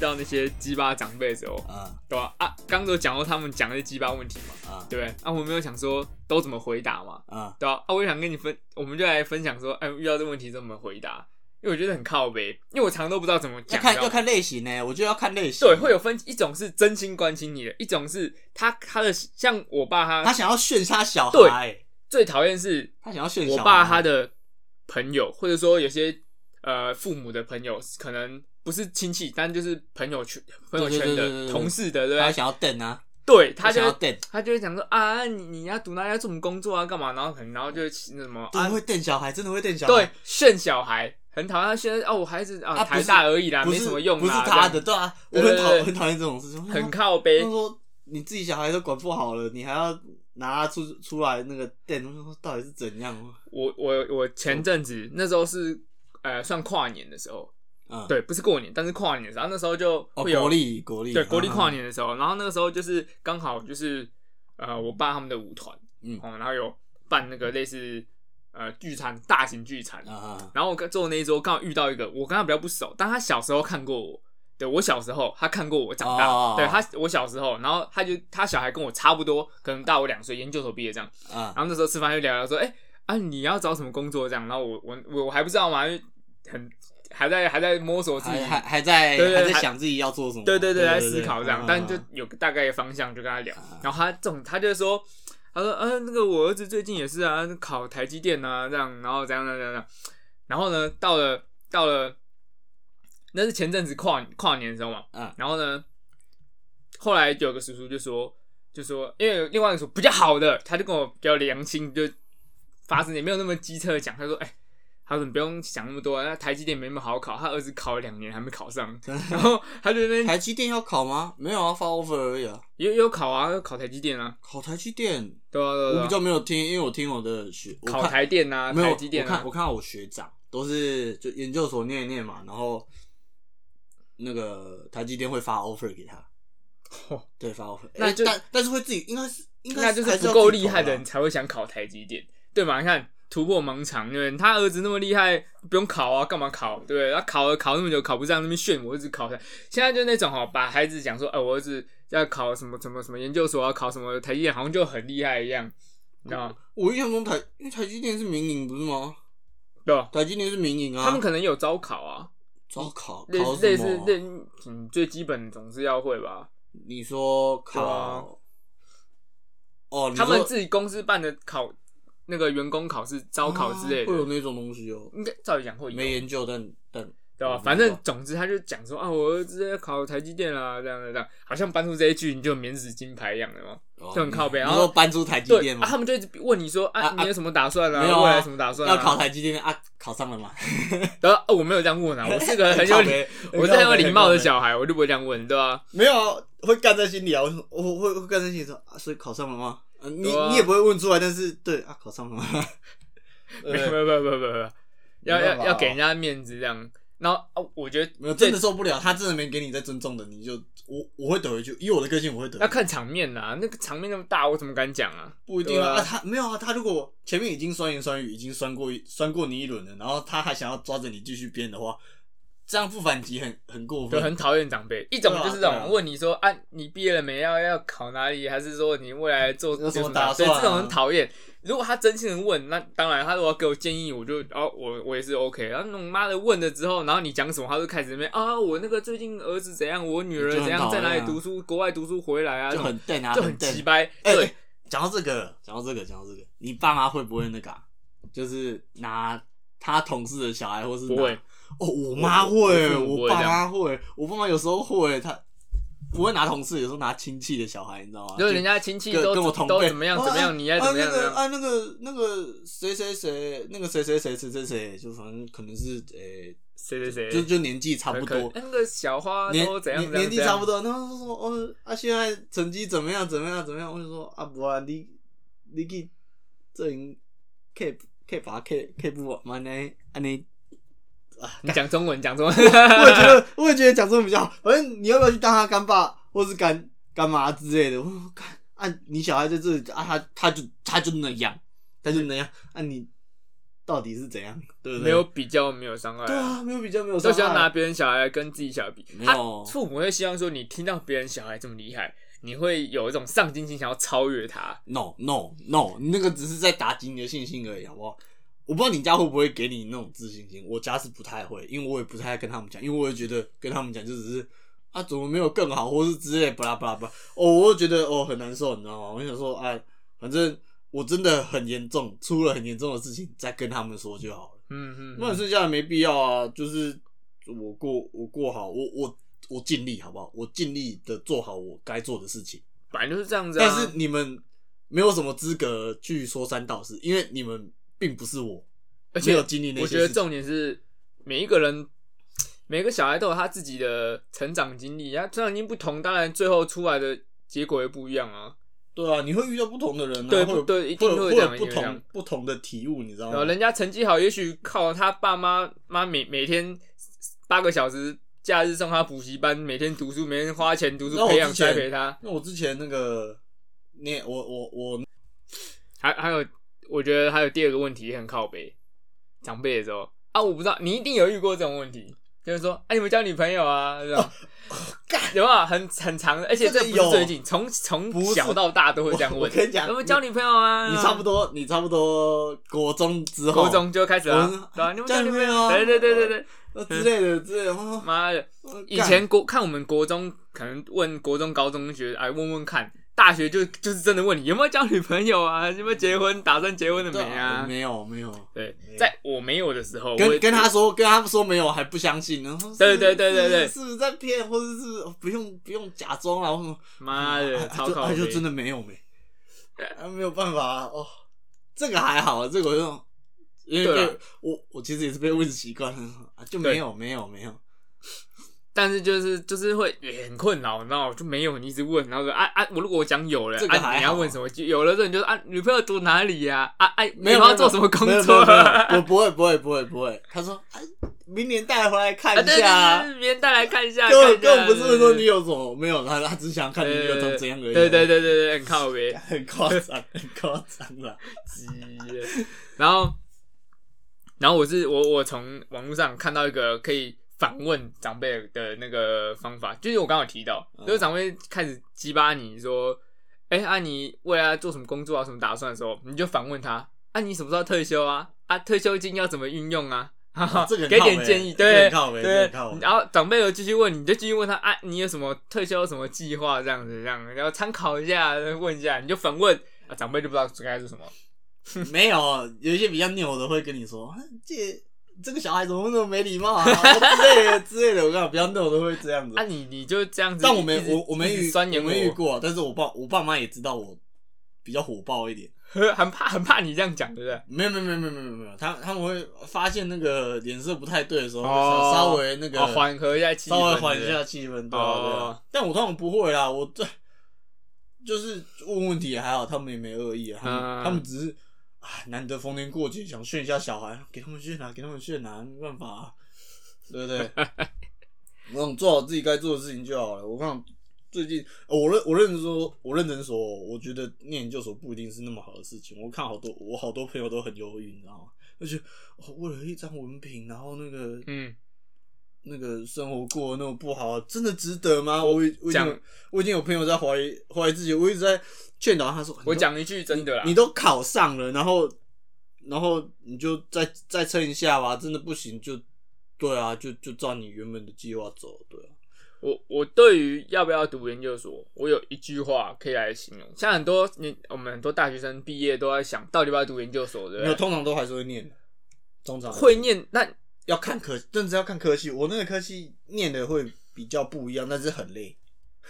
到那些鸡巴长辈的时候，嗯对吧、啊？刚刚有讲过他们讲那些鸡巴问题嘛，嗯对不对？啊，我没有想说都怎么回答嘛，嗯，对啊，啊，我就想跟你分，我们就来分享说，哎，遇到这个问题怎么回答？因为我觉得很靠背，因为我常都不知道怎么要讲。看你知道要吗看类型呢，我觉得要看类型。对，会有分一种是真心关心你的，一种是他他的像我爸他他想要炫他小对孩，最讨厌是他想要炫小我孩。爸他的朋友，或者说有些呃父母的朋友，可能不是亲戚，但就是朋友圈朋友圈对对对对的对同事的，对他不对？想要瞪啊，对，他想要就瞪，他就会讲说啊，你你要读那要做什么工作啊，干嘛？然后可能然后就那什么真啊，的会瞪小孩，真的会瞪小孩。对，炫小孩。很讨厌他现在哦，我孩子啊，啊不台是大而已啦，不没是什么用啦，不是这他样的，对啊，我对很对讨对很讨厌这种事情。很他靠背他。说你自己小孩都管不好了，你还要拿他出出来那个电，我说到底是怎样？我我我前阵子那时候是呃算跨年的时候，嗯，，对，不是过年，但是跨年的时候，那时候就哦，会有国历国历，对国立嗯跨，年的时候，然后那个时候就是刚好就是呃我爸他们的舞团，嗯哦，然后有办那个类似呃聚餐，大型聚餐，嗯嗯嗯然后我跟坐那一桌刚好遇到一个我跟他比较不熟，但他小时候看过我，对我小时候他看过我长大，哦对他我小时候，然后他就他小孩跟我差不多，可能大我两岁，研究所毕业这样，嗯然后那时候吃饭就聊聊说，哎、啊你要找什么工作这样，然后我我我我还不知道嘛，因为很还在还在摸索自己还，还还在对对还还在想自己要做什么，对对对，在对，思考这样，但就嗯啊有个大概的方向，就跟他聊。然后他这种，他就说，他说，呃，那个我儿子最近也是啊，考台积电啊，这样，然后怎样怎样怎样。然后呢，到了到了，那是前阵子跨跨年的时候嘛，嗯然后呢，后来有个叔叔就说，就说，因为有另外一个叔比较好的，他就跟我比较良心，就发自也没有那么机车地讲，他说，哎、他说你不用想那么多、啊，那台积电没那么好考，他儿子考了两年还没考上，然后他就在那边台积电要考吗？没有啊，发 offer 而已啊。也也有考啊，有考台积电啊，考台积电，对啊对啊我比对啊，较没有听，因为我听我的学，我考看台电啊，没有，台积电我看啊我，看到我学长都是就研究所念一念嘛，然后那个台积电会发 offer 给他，哦对，发 offer，那诶就但但是会自己应该是应该那就是还是不要够自己啊厉害的投人啦，才会想考台积电，对嘛？你看突破盲肠，对不对？他儿子那么厉害，不用考啊，干嘛考？对不对？他考了考那么久，考不上，那边炫我儿子考上。现在就那种哈，把孩子讲说，哎、我儿子要考什么什么什么研究所啊，考什么台积电，好像就很厉害一样，你知道吗？我印象中台因为台积电是民营不是吗？对吧？台积电是民营啊，他们可能有招考啊，招考类考似什类似么？啊类，嗯，最基本的总是要会吧。你说对考啊哦，你他们说自己公司办的考那个员工考试、招考之类啊会有的，那种东西哦，应该照理讲会有，没研究，但但对我吧？不反知正道总之他就讲说啊，我儿子要考台积电啦，这样这样这样，好像搬出这一句你就免死金牌一样的嘛。哦就很靠北你然你后说搬出台积对电啊，吗？他们就一直问你说啊啊，啊你有什么打算没有啊？啊未来什么打算啊？要考台积电啊，考上了吗？然后哦我没有这样问啊，我是个 很有靠礼 北，我是很有礼貌的很靠北小孩，我就不会这样问，对吧？没有啊，会干在心里啊！我我会会干在心里说，啊、所以考上了吗？呃、你、对啊你也不会问出来，但是对啊，考上了吗？ 没对有没有没有没有没有没有，要没办要法要哦给人家面子这样。然后啊，我觉没有，得真最的受不了，他真的没给你再尊重的，你就我我会怼回去，以我的个性我会怼回要去，看场面呐，那个场面那么大，我怎么敢讲啊？不一定啊。对啊啊他没有啊，他如果前面已经酸言酸语，已经酸过一酸过你一轮了，然后他还想要抓着你继续编的话，这样不反击很很过对，分，很讨厌长辈。一种对啊就是这对啊种问你说啊，你毕业了没？要要考哪里？还是说你未来做有什么打打算啊对，这种很讨厌。如果他真心的问，那当然，他如果要给我建议，我就哦，我我也是 OK。然后那种妈的问了之后，然后你讲什么，他就开始那边啊，我那个最近儿子怎样，我女儿就很怎样，讨在厌啊哪里读书，国外读书回来啊，就很瞪啊，这种就很瞪鸡掰。哎、对哎，讲到这个，讲到这个，讲到这个，你爸妈会不会那个、啊，就是拿他同事的小孩，或是拿不会？哦，我妈我我会，父母不我会爸这样妈会，我爸妈有时候会，他不会拿同事，有时候拿亲戚的小孩，你知道吗？就是啊就人家亲戚跟都跟我同辈都怎么样怎么啊样，你要啊怎么样那怎么个样，啊，那个那个谁谁谁，那个谁谁谁谁谁谁，就反正可能是诶、谁谁就谁就年纪差不可多，那个小花年都怎样年怎样年怎纪差样不。多，然后就说哦啊，现在成绩怎么样怎么样怎么样？我就说啊，不啊，你你去这营 K K 把 K K 不完呢，啊你，你讲中文，讲中 文。我也觉得我也觉得讲这种比较好，反正你要不要去当他干爸或是干干妈之类的？我说干啊，你小孩在这里啊，他他就他就那样，他就那样啊你。到底是怎样，对不对？没有比较，没有伤害、对啊，没有比较，没有都伤喜欢拿害。别人小孩跟自己小孩比。没他有父母会希望说，你听到别人小孩这么厉害，你会有一种上进心，想要超越他。 No no no，那个只是在打击你的信心而已，好不好？我不知道你家会不会给你那种自信心，我家是不太会，因为我也不太跟他们讲，因为我也觉得跟他们讲就只是啊，怎么没有更好，或是之类，巴拉巴拉巴拉。哦，我会觉得哦很难受，你知道吗？我想说，哎，反正我真的很严重，出了很严重的事情再跟他们说就好了。嗯嗯那嗯，剩下的没必要啊，就是我过我过好，我我我尽力好不好？我尽力的做好我该做的事情。本来就是这样子、啊。但是你们没有什么资格去说三道四，因为你们并不是我，而且没有经历那些我事情。觉得重点是每一个人，每个小孩都有他自己的成长经历，他成长经历不同，当然最后出来的结果也不一样啊。对啊，你会遇到不同的人、啊，对会有对一定会有会会这样有不一定会这样同不同的体悟，你知道然后吗？人家成绩好，也许靠他爸妈妈每每天八个小时，假日送他补习班，每天读书，每天花钱读那书，我培养之栽前培他。那我之前那个，你也我我我还还有，我觉得还有第二个问题也很靠北，长辈的时候啊，我不知道你一定有遇过这种问题，就是说，哎、你们交女朋友啊，这种，哦干有啊，很很长的，而且真的这不是最有近，从从不是小到大都会这样我问。我跟你讲有没有交女朋友啊？你差不多你差不多国中之后国中就开始了我，对啊，你们交交女女朋朋友友，啊对对对对对，呃之类的之类的，哦妈的，哦以干前国看我们国中，可能问国中、高中觉得哎问问看，大学就就是真的问你有没有交女朋友啊，有没有结婚，打算结婚了对没啊？没有没有，对没，有在我没有的时候，我跟也跟他说跟他们说没有还不相信，然后对对对对对是不是在骗，或者是哦不用不用假装啊，或者什么妈的啊超就靠啊北就真的没有没，啊没有办法啊哦，这个还好，这个我就因为对啊被我我其实也是被问习惯了，啊就没有没有没有，但是就是就是会也很困扰，你知道吗？就没有你一直问，然后说啊啊，我如果我讲有了这，个啊还你要好问什么？就有了之后你就说啊，女朋友读哪里呀？啊哎，没有你要做什么工没有没作有没啊？有我不会不会不会不会，他说哎明年带回来看啊，一对对下啊。对，别人带来看一下， 根看本一根下本不是说你对有什么没有，他他只想看你对有对种怎样而已。对对对对对，很靠北。 很夸张，很夸张啦。鸡耶然后，然后我是我我从网络上看到一个可以反问长辈的那个方法，就是我刚刚有提到，嗯就是长辈开始激巴你说，哎、啊你未来要做什么工作啊，什么打算的时候，你就反问他，啊你什么时候要退休啊？啊退休金要怎么运用啊？ 哈哈，哦这个很给靠点北建议，这个对很靠北这个对很靠，北然后长辈又继续问，你就继续问他啊，你有什么退休有什么计划这样子，这样，然后参考一下，问一下，你就反问啊，长辈就不知道该做什么。没有，有一些比较扭的会跟你说，啊这这个小孩怎么那么没礼貌啊之类的之类的。我跟你讲，比较扭的会这样子啊。你，你就这样子一直，但我没我我没一直遇酸言我没遇过，但是我爸我爸妈也知道我比较火爆一点。过， 很怕很怕你这样讲，对不对？没有没有没有没有没有没有，他他们会发现那个脸色不太对的时候，哦稍稍微那个哦缓和一下气氛稍微缓一下气氛，对啊对哦啊。但我通常不会啦，我这就是问问题也还好，他们也没恶意啊，他们、嗯他们只是啊难得逢年过节想炫一下小孩，给他们炫啊，给他们炫啊，没办法、啊，对不 对？我想做好自己该做的事情就好了。我看最近，呃我认我认真说，我认真说，我觉得念研究所不一定是那么好的事情。我看好多我好多朋友都很忧郁，你知道吗？而且、哦、为了一张文凭，然后那个嗯，那个生活过得那么不好，真的值得吗？我已我已经讲有我已经有朋友在怀疑怀疑自己，我一直在劝导他说，我讲一句真的啦，你都考上了，然后然后你就再再撑一下吧，真的不行就对啊，就就照你原本的计划走，对啊，我我对于要不要读研究所，我有一句话可以来形容。像很多你我们很多大学生毕业都在想到底要不要读研究所，对没不有对？通常都还是会念，通常还是会念那要看科，真的是要看科系，我那个科系念的会比较不一样，但是很累，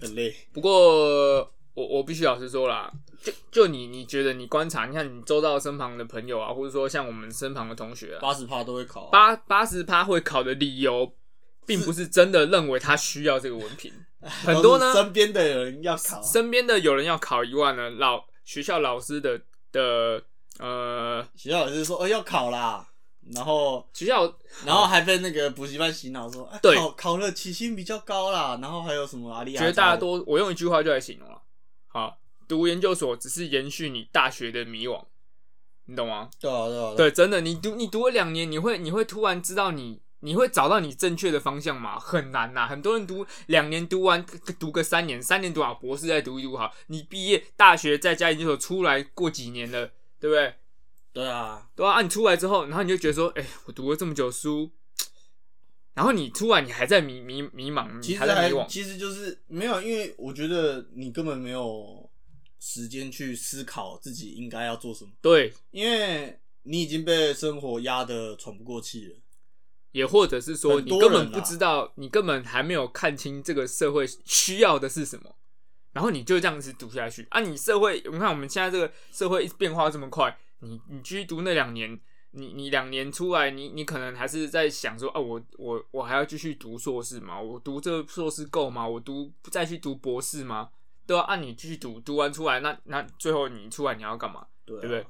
很累，不过我我必须老实说啦，就就你你觉得你观察，你看你周到身旁的朋友啊，或者说像我们身旁的同学啊，八十趴都会考啊、八八十趴会考的理由，并不是真的认为他需要这个文凭。很多呢都是身边的人要考啊、身边的有人要考以外呢，老学校老师的的呃，学校老师说，哦、要考啦，然后学校然后还被那个补习班洗脑说，哎、对考考了起薪比较高啦，然后还有什么阿里阿扎绝大多，我用一句话就来形容了。好，读研究所只是延续你大学的迷惘，你懂吗？对啊，对啊，啊对，真的，你读你读了两年，你会你会突然知道你你会找到你正确的方向吗？很难呐、很多人读两年读完，读个三年，三年读好博士再读一读好，你毕业大学再加研究所出来过几年了，对不对？对啊，对啊，啊你出来之后，然后你就觉得说，哎、我读了这么久书，然后你突然你还在迷迷迷茫，其你实嗯在还迷惘，其实就是没有，因为我觉得你根本没有时间去思考自己应该要做什么，对，因为你已经被生活压得喘不过气了。也或者是说，很你多根本人不啊知道，你根本还没有看清这个社会需要的是什么，然后你就这样子读下去啊！你社会，你看我们现在这个社会变化这么快，你你继续读那两年，你你两年出来，你你可能还是在想说，哦、我我我还要继续读硕士吗？我读这个硕士够吗？我读再去读博士吗？对啊，按、你继续读，读完出来，那那最后你出来你要干嘛？对、啊，对不对？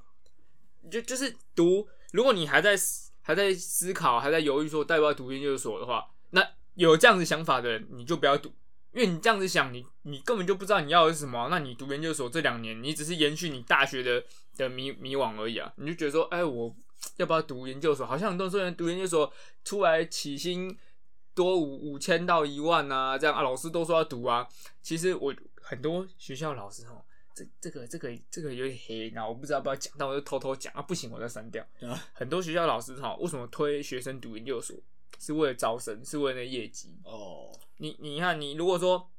就就是读，如果你还在思还在思考，还在犹豫说到底要不要读研究所的话，那有这样子想法的人，你就不要读，因为你这样子想，你你根本就不知道你要的是什么啊、那你读研究所这两年，你只是延续你大学的的迷迷惘而已啊！你就觉得说，哎，我要不要读研究所？好像很多人读研究所出来起薪多五五千到一万啊，这样啊，老师都说要读啊。其实我很多学校老师哦，这这个这个这个有点黑，然后我不知道要不要讲，但我就偷偷讲啊，不行我再删掉。对啊很多学校老师哈，为什么推学生读研究所？是为了招生，是为了那业绩。哦，你你看，你如果说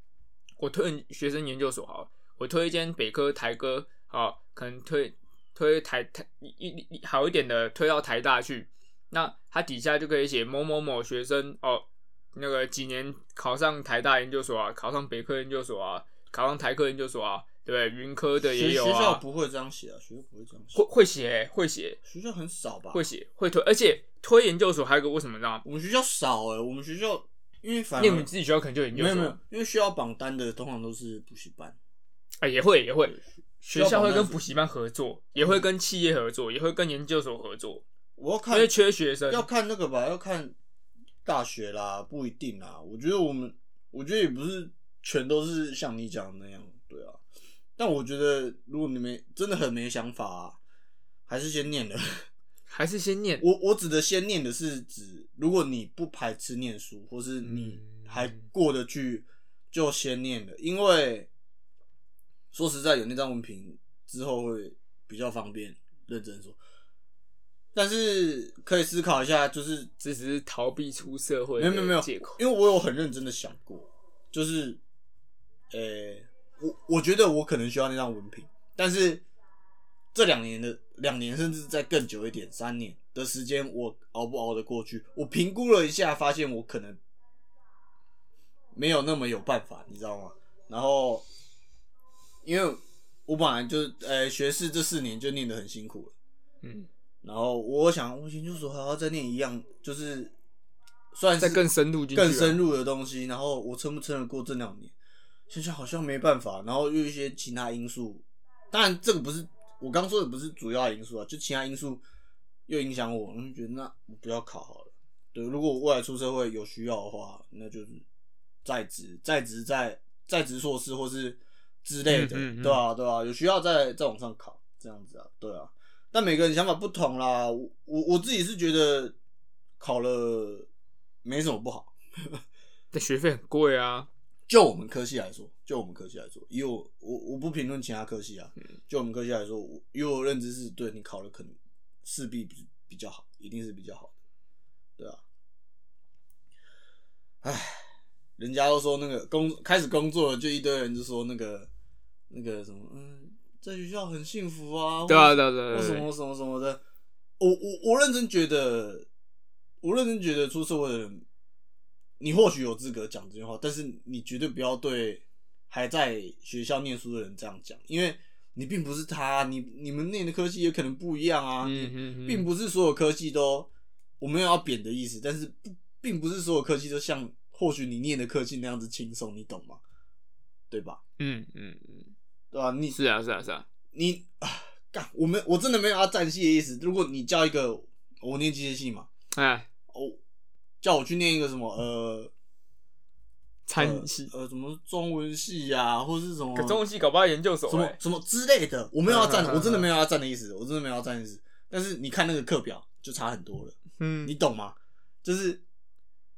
我推学生研究所好了，我推荐北科、台科，好，可能推推台台一一一好一点的推到台大去，那它底下就可以写某某某学生哦，那个几年考上台大研究所啊，考上北科研究所啊，考上台科研究所啊，对不对？云科的学也有学校啊，不会这样写啊，学校不会这样写会，会写会写学校很少吧？会写会推，而且推研究所还有个为什么你知道吗？我们学校少哎、我们学校因为因反为你们正自己学校可能就有研究没所，有没有，因为学校榜单的通常都是补习班，啊，也会也会，学校会学校跟保证补习班合作，也会跟企业合作，也会跟研究所合作，我要因看为缺学生。要看那个吧，要看大学啦，不一定啦。我觉得我们，我觉得也不是全都是像你讲的那样，对啊。但我觉得如果你没真的很没想法、啊，还是先念了。还是先念，我我指的先念的是指，如果你不排斥念书，或是你还过得去，就先念了。因为说实在，有那张文凭之后会比较方便，认真说。但是可以思考一下，就是这只是逃避出社会没有没有没的有借口。因为我有很认真的想过，就是，呃、我我觉得我可能需要那张文凭，但是这两年的两年甚至再更久一点，三年的时间，我熬不熬得过去？我评估了一下，发现我可能没有那么有办法，你知道吗？然后，因为我本来就呃、学士这四年就念得很辛苦了。嗯，然后我想，我研究所还要再念一样，就是虽然是再更深入进去啊更深入的东西，然后我撑不撑得过这两年，现在好像没办法。然后又有一些其他因素，当然这个不是我刚说的，不是主要因素啊，就其他因素又影响我，我就觉得那我不要考好了。对，如果我未来出社会有需要的话，那就是在职、在职、在在职硕士或是之类的，嗯嗯嗯对啊，对啊，有需要再再往上考，这样子啊，对啊。但每个人想法不同啦，我我我自己是觉得考了没什么不好。但学费很贵啊，就我们科系来说，就我们科系来说，以我我我不评论其他科系嗯啊，就我们科系来说，我以我认知是对你考的可能势必比比较好，一定是比较好的，对啊。唉，人家都说那个工开始工作了，就一堆人就说那个那个什么，嗯，在学校很幸福啊，对啊或对啊对啊或什对么啊，什么什么的。我我我认真觉得，我认真觉得出社会的人，你或许有资格讲这句话，但是你绝对不要对还在学校念书的人这样讲，因为你并不是他，啊你你们念的科系也可能不一样啊。嗯嗯嗯，并不是所有科技都我没有要贬的意思，但是不并不是所有科技都像或许你念的科技那样子轻松，你懂吗？对吧？嗯嗯嗯，对吧、你是啊是啊是啊，你啊，干，我们我真的没有要占系的意思。如果你叫一个我念机械系嘛，哎，哦，叫我去念一个什么呃餐系，呃什么中文系啊，或是什么可中文系搞不好研究所什么欸什么之类的，我没有要占嗯嗯嗯，嗯 我真的没有要占的意思，我真的没有要占的意思。但是你看那个课表就差很多了，嗯你懂吗？就是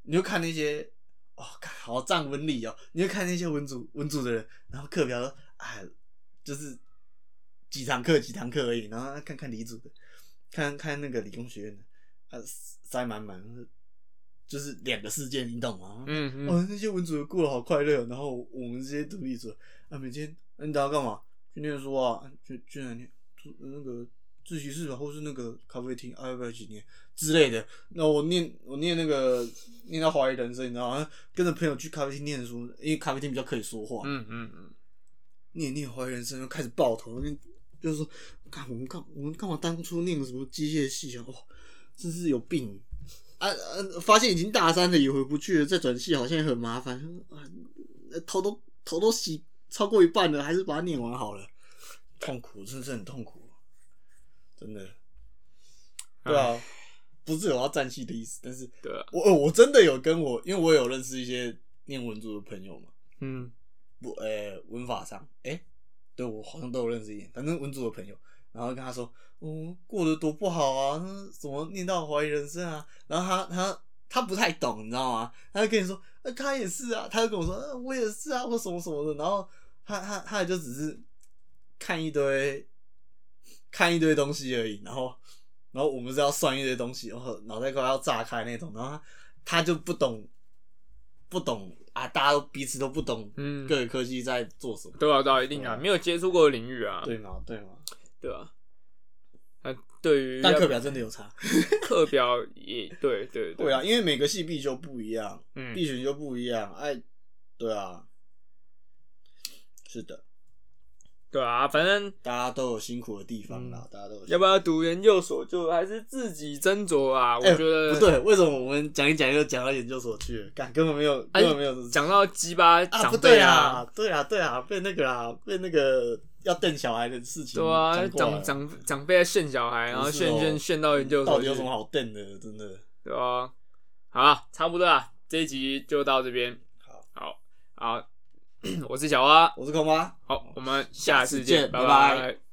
你就看那些哦，看好占文理哦，你就看那些文组文组的人，然后课表说哎，就是几堂课几堂课而已，然后看看理组的，看看那个理工学院的，啊塞满满，就是两个世界，你懂吗？嗯嗯哦，那些文组的过得好快乐哦，然后我们这些独立组啊，每天啊你都要干嘛？去念书啊，去去哪念？住那个自习室吧，或是那个咖啡厅，啊，要不要一起念之类的？那我念我念那个念到怀疑人生，你知道吗？ 跟着朋友去咖啡厅念书，因为咖啡厅比较可以说话，嗯嗯嗯，念念怀疑人生，又开始爆头，就是说，看我们干我们干嘛当初念什么机械系啊？哦，真是有病啊啊！发现已经大三了，也回不去了，再转系好像也很麻烦啊，头都头都洗超过一半了，还是把它念完好了。痛苦，真的是很痛苦，真的。对啊，不是有要占系的意思，但是对啊，我哦我真的有跟我，因为我有认识一些念文组的朋友嘛，嗯不，呃、文法上，哎、对我好像都有认识一点，反正文组的朋友，然后跟他说，嗯，过得多不好啊，那怎么念到怀疑人生啊？然后他他他不太懂，你知道吗？他就跟你说，呃，他也是啊，他就跟我说，呃，我也是啊，或什么什么的，然后他他他也就只是看一堆看一堆东西而已，然后然后我们是要算一堆东西，然后脑袋快要炸开那种，然后他他就不懂不懂啊，大家都彼此都不懂嗯，各个科技在做什么？对啊对啊，一定啊，没有接触过的领域啊，对嘛，对嘛。对啊，那对于但课表真的有差。课表也对对对啊，，因为每个系必修不一样，嗯必选就不一样。哎，对啊，是的，对啊，反正大家都有辛苦的地方啦，大家都有辛苦。要不要读研究所就还是自己斟酌啊，我哎觉得不对，为什么我们讲一讲又讲到研究所去了？干根本没有，哎根本没有这种讲到鸡巴啊，不长对辈啊，，对啊，对啊，被那个啊，被那个要瞪小孩的事情对啊，嗯讲过来长了长长辈在炫小孩，然后不是哦炫炫炫到研究到所底去，有什么好瞪的？真的，对啊，好啊，差不多啊，这一集就到这边，好，好，好，我是小蛙， 我是空妈。好，我们下次见，下次见拜拜拜